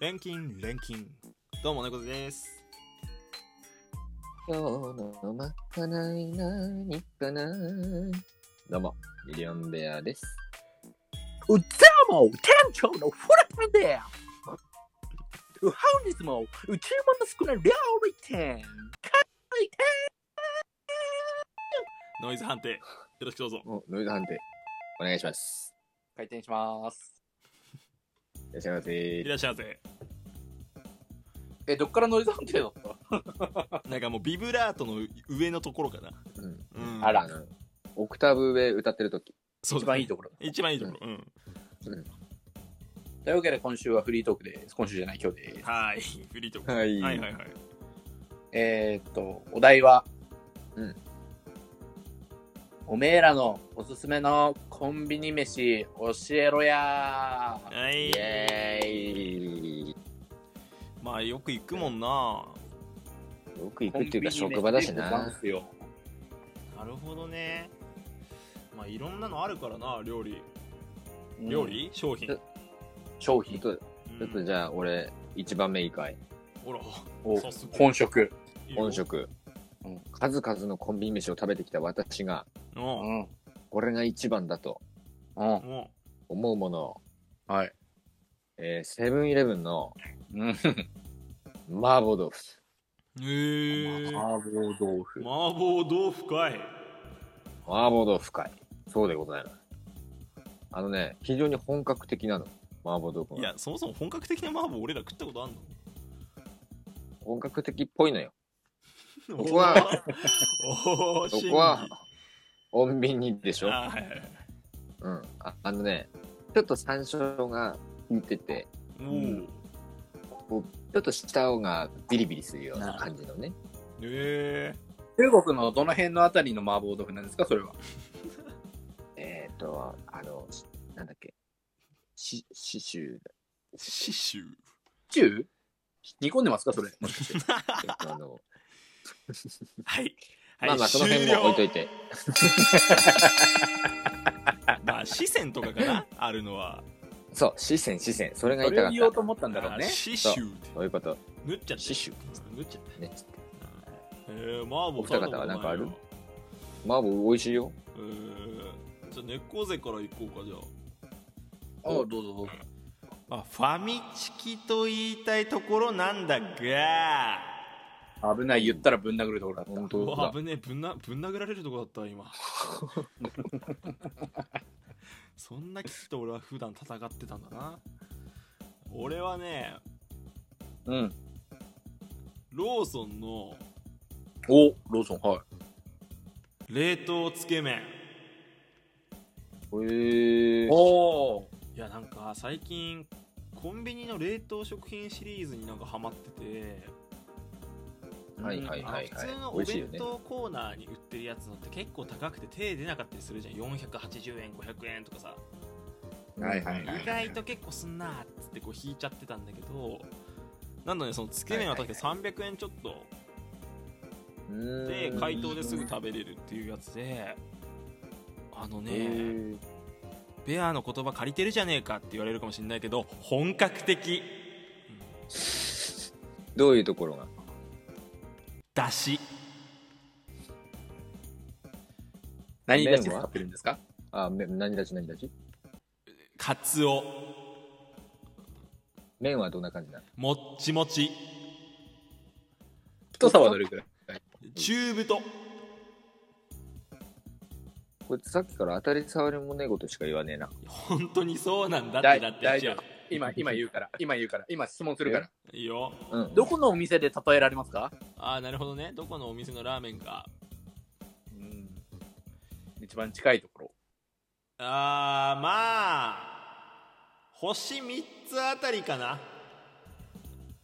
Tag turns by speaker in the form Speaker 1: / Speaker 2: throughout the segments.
Speaker 1: 錬金錬金どうも猫背です
Speaker 2: 今日のまかない何かなどうも、ミリオンベアです。
Speaker 3: うざも店長のフラパンで本日もうちもの少ない料理店
Speaker 1: ノイズ判定よろしくどうぞ
Speaker 2: お、ノイズ判定、お願いします。
Speaker 3: 開店します
Speaker 2: いらっしゃいま
Speaker 1: い
Speaker 2: せ。
Speaker 1: らっしゃいませ
Speaker 3: えどっからノイズ判定だった
Speaker 1: なんかもうビブラートの上のところかな
Speaker 2: うん
Speaker 1: うん
Speaker 3: あら
Speaker 2: の、オクターブ上歌ってる時
Speaker 1: そう
Speaker 3: 一
Speaker 1: だ
Speaker 3: 番
Speaker 1: ね
Speaker 3: いいところ
Speaker 1: 一番いいところうん
Speaker 3: というわけで今週はフリートークです今週じゃない今日です
Speaker 1: はいフリートーク
Speaker 2: はい
Speaker 1: はいはいはい
Speaker 3: えー、っとお題は
Speaker 2: うん
Speaker 3: おめえらのおすすめのコンビニ飯教えろや
Speaker 1: は
Speaker 2: イ
Speaker 1: い
Speaker 2: エーイ。
Speaker 1: まあよく行くもんな
Speaker 2: よく行くっていうか、職場だし
Speaker 3: コンビニ飯でござん
Speaker 2: な。
Speaker 3: すよ
Speaker 1: なるほどねまあいろんなのあるからな料理
Speaker 3: うん
Speaker 1: 料理商品
Speaker 2: えちょ
Speaker 3: 商
Speaker 2: っ
Speaker 3: 品
Speaker 2: と、ちょっとじゃあ、俺、一番目以下い。
Speaker 1: ほら
Speaker 3: を
Speaker 1: 早速
Speaker 3: 本職
Speaker 1: いいよ
Speaker 2: 本職
Speaker 3: うん。
Speaker 2: 数々のコンビニ飯を食べてきた私が、
Speaker 1: う
Speaker 3: うんん
Speaker 2: これが一番だと
Speaker 3: うん
Speaker 1: も
Speaker 2: 思うものを、
Speaker 3: はい
Speaker 2: えーセブンイレブンの
Speaker 3: うん
Speaker 2: 麻婆豆腐。
Speaker 1: うへえ
Speaker 3: 麻婆豆腐。
Speaker 1: 麻婆豆腐かい
Speaker 2: 麻婆豆腐かい。そうでございます。あのね、非常に本格的なの。麻婆豆腐
Speaker 1: い
Speaker 2: は。
Speaker 1: やそもそも本格的な麻婆俺ら食ったことあんの
Speaker 2: 本格的っぽいのよ。
Speaker 1: こ
Speaker 2: こは
Speaker 1: おお
Speaker 2: そこは、穏便にでしょ。
Speaker 1: はいはいはい
Speaker 2: うん。ああのね、ちょっと山椒が効いてて、
Speaker 1: お
Speaker 3: ん
Speaker 1: ー
Speaker 2: ちょっと舌がビリビリするような感じのね。
Speaker 1: え
Speaker 3: 中国のどの辺のあたりの麻婆豆腐なんですか、それは。
Speaker 2: えっ、と、あの、しなんだっけ。し、 ししゅ
Speaker 1: ー、シシュ
Speaker 3: 中煮込んでますか、 それ。もしかして。
Speaker 2: えっと、あの、
Speaker 1: はいはい、
Speaker 2: まあまあ、その辺も置いと
Speaker 1: い
Speaker 2: いて。
Speaker 1: まあ四川とかかなあるのは
Speaker 2: そう、四川、四川。それが
Speaker 3: そ
Speaker 2: 痛
Speaker 3: れ
Speaker 2: か
Speaker 3: を
Speaker 2: っ
Speaker 3: 言おうと
Speaker 2: た。
Speaker 3: 思ったんだろうね
Speaker 1: あ。シシューって
Speaker 2: そういうこと。
Speaker 1: 縫っちゃって
Speaker 2: シシュ
Speaker 1: 縫っちゃって
Speaker 2: ね。
Speaker 1: えー、麻婆
Speaker 2: お二方はなんかあ
Speaker 1: 食
Speaker 2: る
Speaker 1: べたこ
Speaker 2: 麻婆美味しいよ。
Speaker 1: とないよえー、じゃあ猫背から行こうかじゃ
Speaker 3: あどうぞどうぞ。
Speaker 1: ああファミチキと言いたいところなんだが
Speaker 3: 危ない、言ったらぶん殴るところだ
Speaker 2: 本
Speaker 3: っ
Speaker 2: 当
Speaker 1: うわ
Speaker 2: だ。
Speaker 1: 危ねえぶんなぶん殴られるとこだった今そんなきっと俺は普段戦ってたんだな俺はね
Speaker 3: た。うん。
Speaker 1: ローソンの
Speaker 3: おローソン、はい。
Speaker 1: 冷凍つけ麺
Speaker 2: へえ。
Speaker 3: おー。
Speaker 1: いやなんか最近コンビニの冷凍食品シリーズになんかハマってて
Speaker 2: はいはい
Speaker 1: あの
Speaker 2: はい
Speaker 1: 普通の
Speaker 2: はい。
Speaker 1: お
Speaker 2: 美味しい
Speaker 1: 弁
Speaker 2: よね。
Speaker 1: 当コーナーに売ってるやつのって結構高くて手出なかったりするじゃん480円500円とかさ
Speaker 3: はいはい
Speaker 1: 意外と結構すんなーっつってこう引いちゃってたんだけどなんだねそのつけ麺は確か300円ちょっと
Speaker 2: うー
Speaker 1: で
Speaker 2: ん
Speaker 1: 解凍ですぐ食べれるっていうやつであの
Speaker 2: へ
Speaker 1: ね
Speaker 2: ー
Speaker 1: ベアの言葉借りてるじゃねえかって言われるかもしれないけど本格的
Speaker 2: どういうところが
Speaker 1: だし
Speaker 3: 何出して使ってるんですか
Speaker 2: あ、め何だち何だち
Speaker 1: かつお
Speaker 2: 麺はどんな感じなの
Speaker 1: もっちもち
Speaker 3: 太さはどれくらい
Speaker 1: 中太
Speaker 2: これさっきから当たり障りもねえことしか言わねえな。
Speaker 1: 本当にそうなんだっ
Speaker 3: だ
Speaker 1: て
Speaker 3: い
Speaker 1: だって
Speaker 3: 大
Speaker 1: 違
Speaker 3: 丈夫今、今言うから、今言うから、今質問するから。
Speaker 1: ういいよ
Speaker 2: うん。
Speaker 3: どこのお店で例えられますか
Speaker 1: ああなるほどねどこのお店のラーメンか
Speaker 3: うん。一番近いところ。
Speaker 1: あーまあ星3つあたりかな
Speaker 2: やっ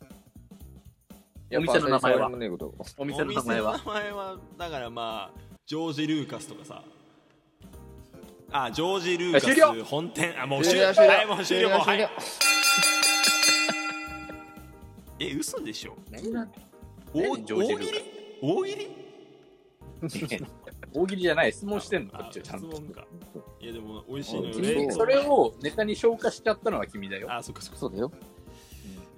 Speaker 2: ぱ
Speaker 3: お店の名前は
Speaker 2: 当たり障りもねえこと。
Speaker 3: お店の名前
Speaker 1: お
Speaker 3: は
Speaker 1: 店の名前はだからまあジョージ・ルーカスとかさあジョージ・ルーカ
Speaker 3: 終了
Speaker 1: ス本店あもう終了
Speaker 2: 終了
Speaker 1: はいもう終了もうは
Speaker 2: 終了
Speaker 1: いえ嘘でしょ
Speaker 3: 何なん
Speaker 1: 大
Speaker 3: ジョージ
Speaker 1: 大
Speaker 3: ルー
Speaker 1: 喜
Speaker 3: カス
Speaker 1: 利大喜利
Speaker 3: 大喜利じゃない質問してんのこ
Speaker 1: あ
Speaker 3: っちはちゃん
Speaker 1: 質
Speaker 3: と
Speaker 1: 問かいやでも美味しいの
Speaker 2: あ
Speaker 1: よ
Speaker 2: 君
Speaker 1: 冷
Speaker 3: 君
Speaker 1: 凍
Speaker 3: それをネタに消化しちゃったのは君だよ
Speaker 1: あそっかそっか
Speaker 2: そうだよ。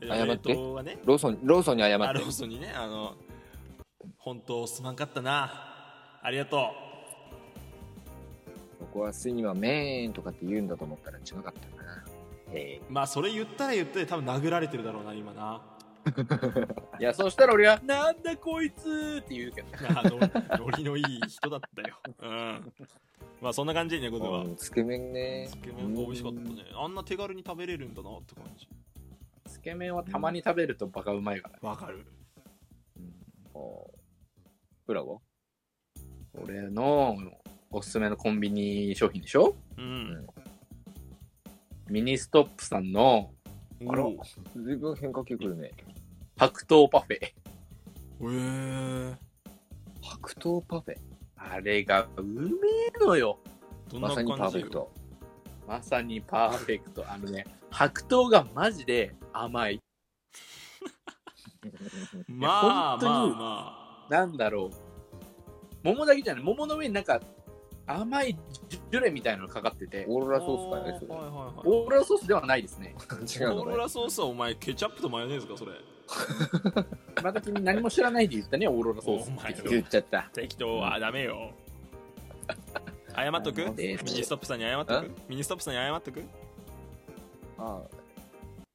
Speaker 1: いや
Speaker 2: 謝って
Speaker 1: 冷凍はね
Speaker 2: ローソン、ローソンに
Speaker 1: あ
Speaker 2: 謝って
Speaker 1: ロー。ソンにねあの本当すまんかったなありがと
Speaker 2: ここはついにはメーンとかって言うんだと思ったら違かったな。え
Speaker 1: うまあそれ言ったら言ったで多分殴られてるだろうな今な
Speaker 2: えいや、そしたら俺は、
Speaker 3: なんだこいつって言うけど。
Speaker 1: あのノリのいい人だったようんまあそんな感じでねこれは
Speaker 2: うんつけ麺ね。
Speaker 1: つけ麺が美味しかったねあんな手軽に食べれるんだなって感じ
Speaker 3: つけ麺はたまに食べるとバカうまいから。
Speaker 1: わかる
Speaker 2: うん。おプラは
Speaker 3: 俺のおすすめのコンビニ商品でしょ
Speaker 1: うん
Speaker 3: ミニストップさんの
Speaker 2: あら随分変化球くるね。
Speaker 3: 白桃パフェ。
Speaker 1: おえ
Speaker 2: 白桃パフェ。
Speaker 3: あれがうめえのよ。
Speaker 1: どんな
Speaker 2: まさにパー
Speaker 1: 感
Speaker 2: フ
Speaker 1: じ
Speaker 2: ェクト。
Speaker 3: まさにパーフェクト。あのね、白桃がマジで甘い。
Speaker 1: まあ
Speaker 3: いや
Speaker 1: まあ
Speaker 3: 本当に
Speaker 1: ま
Speaker 3: なんだろう。桃だけじゃない。桃の上になんか甘いジュレみたいなのかかってて。
Speaker 2: オーロ
Speaker 1: あ
Speaker 2: ラソースかね、それ
Speaker 1: はいはいはい
Speaker 3: オーロラソースではないです
Speaker 2: 違う
Speaker 3: ね。
Speaker 1: オ
Speaker 2: の
Speaker 1: ー
Speaker 2: か
Speaker 1: ロ
Speaker 2: ね
Speaker 1: ラソースはお前ケチャップとマヨネーズかそれ
Speaker 3: まだ君何も知らないで言ったね、オーロラソース
Speaker 1: お前
Speaker 3: って。
Speaker 2: 言っちゃった。
Speaker 1: 適当はダメよ謝っとく
Speaker 2: あの
Speaker 1: ミ
Speaker 2: え
Speaker 1: ニ
Speaker 2: ー
Speaker 1: ストップさんに謝っとくミニストップさんに謝っとく
Speaker 2: ああ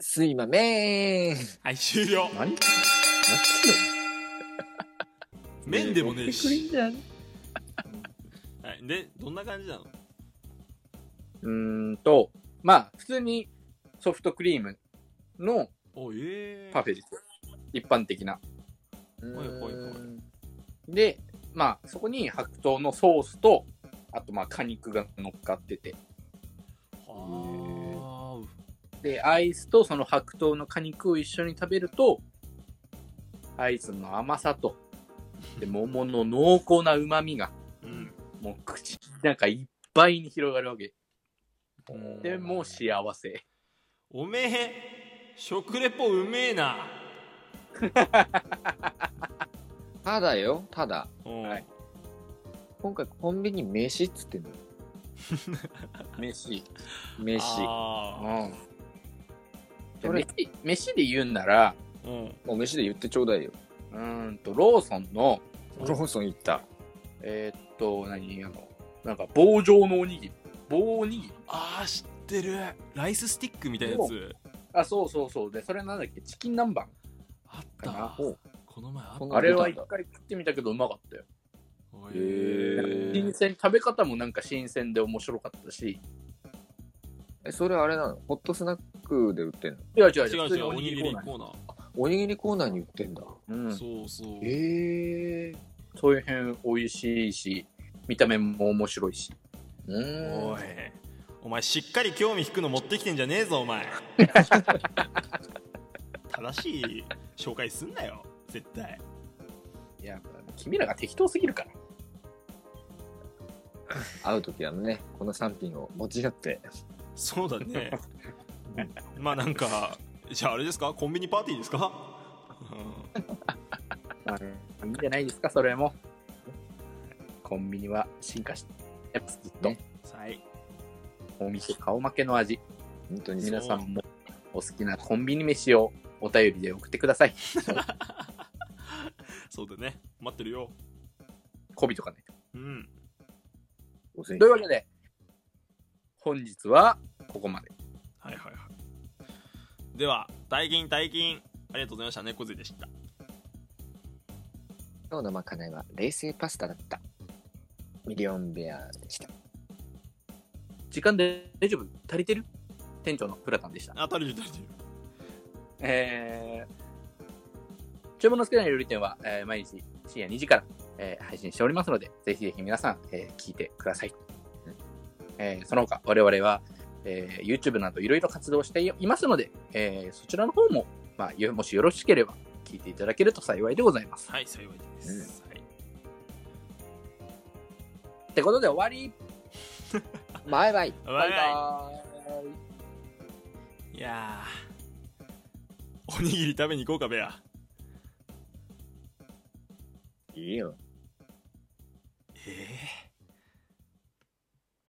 Speaker 2: すいまめーん。
Speaker 1: はい終了
Speaker 3: 何
Speaker 1: 麺でもねえし、
Speaker 3: じゃ
Speaker 1: は
Speaker 3: ん。
Speaker 1: い、でどんな感じなの
Speaker 3: うーんと、まあ、普通にソフトクリームの
Speaker 1: おええ
Speaker 3: パフェです。一般的な。
Speaker 1: ほいほいほい
Speaker 3: で、まあ、そこに白桃のソースと、あと、まあ、果肉が乗っかってて。
Speaker 1: は
Speaker 3: で、アイスとその白桃の果肉を一緒に食べると、アイスの甘さと、で、桃の濃厚な旨味が、
Speaker 1: あうん
Speaker 3: もう口なんかいっぱいに広がるわけ。
Speaker 1: うん
Speaker 3: で、もう幸せ。
Speaker 1: おめえ食レポうめえな
Speaker 2: ただよ、ただ。
Speaker 1: は
Speaker 3: はいい、
Speaker 2: 今回コンビニ飯っつってんのよ
Speaker 3: 飯。
Speaker 2: 飯。
Speaker 1: あ
Speaker 3: うん。
Speaker 2: それ
Speaker 3: 飯飯で言うんなら、
Speaker 1: ーうん
Speaker 2: もう飯で言ってちょうだいよ。
Speaker 3: うーんと、ローソンの、
Speaker 2: ローソン行った。
Speaker 3: えーっと、何、あの、なんか棒状のおにぎり。棒おにぎり
Speaker 1: あー知ってるライススティックみたいなやつ
Speaker 3: あ、そうそうそう。で、それなんだっけ、チキン南蛮
Speaker 1: あっ
Speaker 3: かな
Speaker 1: た。この前あった
Speaker 3: あれは
Speaker 2: 出
Speaker 3: 一
Speaker 2: たんだ
Speaker 3: 回食ってみたけど、うまかったよ。
Speaker 1: お
Speaker 2: へー
Speaker 1: え
Speaker 3: 新鮮、食べ方もなんか新鮮で面白かったし。
Speaker 2: え、それあれなのホットスナックで売ってんの
Speaker 3: 違う違う
Speaker 1: 違う
Speaker 3: 普通
Speaker 1: 違
Speaker 3: に
Speaker 1: うおにぎり
Speaker 3: コーナー
Speaker 1: コーナー
Speaker 2: おにぎりコーナーに売ってんだ。
Speaker 3: うん。
Speaker 1: そうそう
Speaker 2: ええ
Speaker 3: そういう辺美味しいし、見た目も面白いし。
Speaker 2: ー。うーん。
Speaker 1: おいお前しっかり興味引くの持ってきてんじゃねえぞお 前正しい紹介すんなよ絶対
Speaker 3: いや、君らが適当すぎるから。
Speaker 2: 会う時はね、この3品を持ち寄って。
Speaker 1: そうだ ねまあなんかじゃああれですかコンビニパーティーですか、うん
Speaker 3: いいんじゃないですか、それも。コンビニは進化してます、ずっと。
Speaker 2: ね
Speaker 1: はい
Speaker 3: お店顔負けの味。
Speaker 2: 本当に
Speaker 3: 皆さんもお好きなコンビニ飯をお便りで送ってください。
Speaker 1: そうだね待ってるよ
Speaker 3: コビとかね。
Speaker 1: うん
Speaker 2: お世話
Speaker 3: というわけで、本日はここまで。
Speaker 1: はいはいはいでは大金大金ありがとうございました猫背でした
Speaker 2: 今日のまかないは冷製パスタだった。ミリオンベアでした。
Speaker 3: 時間で大丈夫足りてる店長のプラタンでした。
Speaker 1: あ足りる足りる
Speaker 3: えー、注文の少ない料理店は、えー毎日深夜2時から、えー配信しておりますので、ぜひぜひ皆さん、えー聞いてください。えーその他、我々は、えー YouTube などいろいろ活動していますので、えーそちらの方も、まあ、よもしよろしければ、聞いていただけると幸いでございます。
Speaker 1: はい幸いです、はい
Speaker 3: ってことで終わり
Speaker 2: バイバ
Speaker 1: バイバ
Speaker 2: イ。
Speaker 1: イ
Speaker 3: バイバイ
Speaker 1: いやーおにぎり食べに行こうかベア
Speaker 2: いいよ。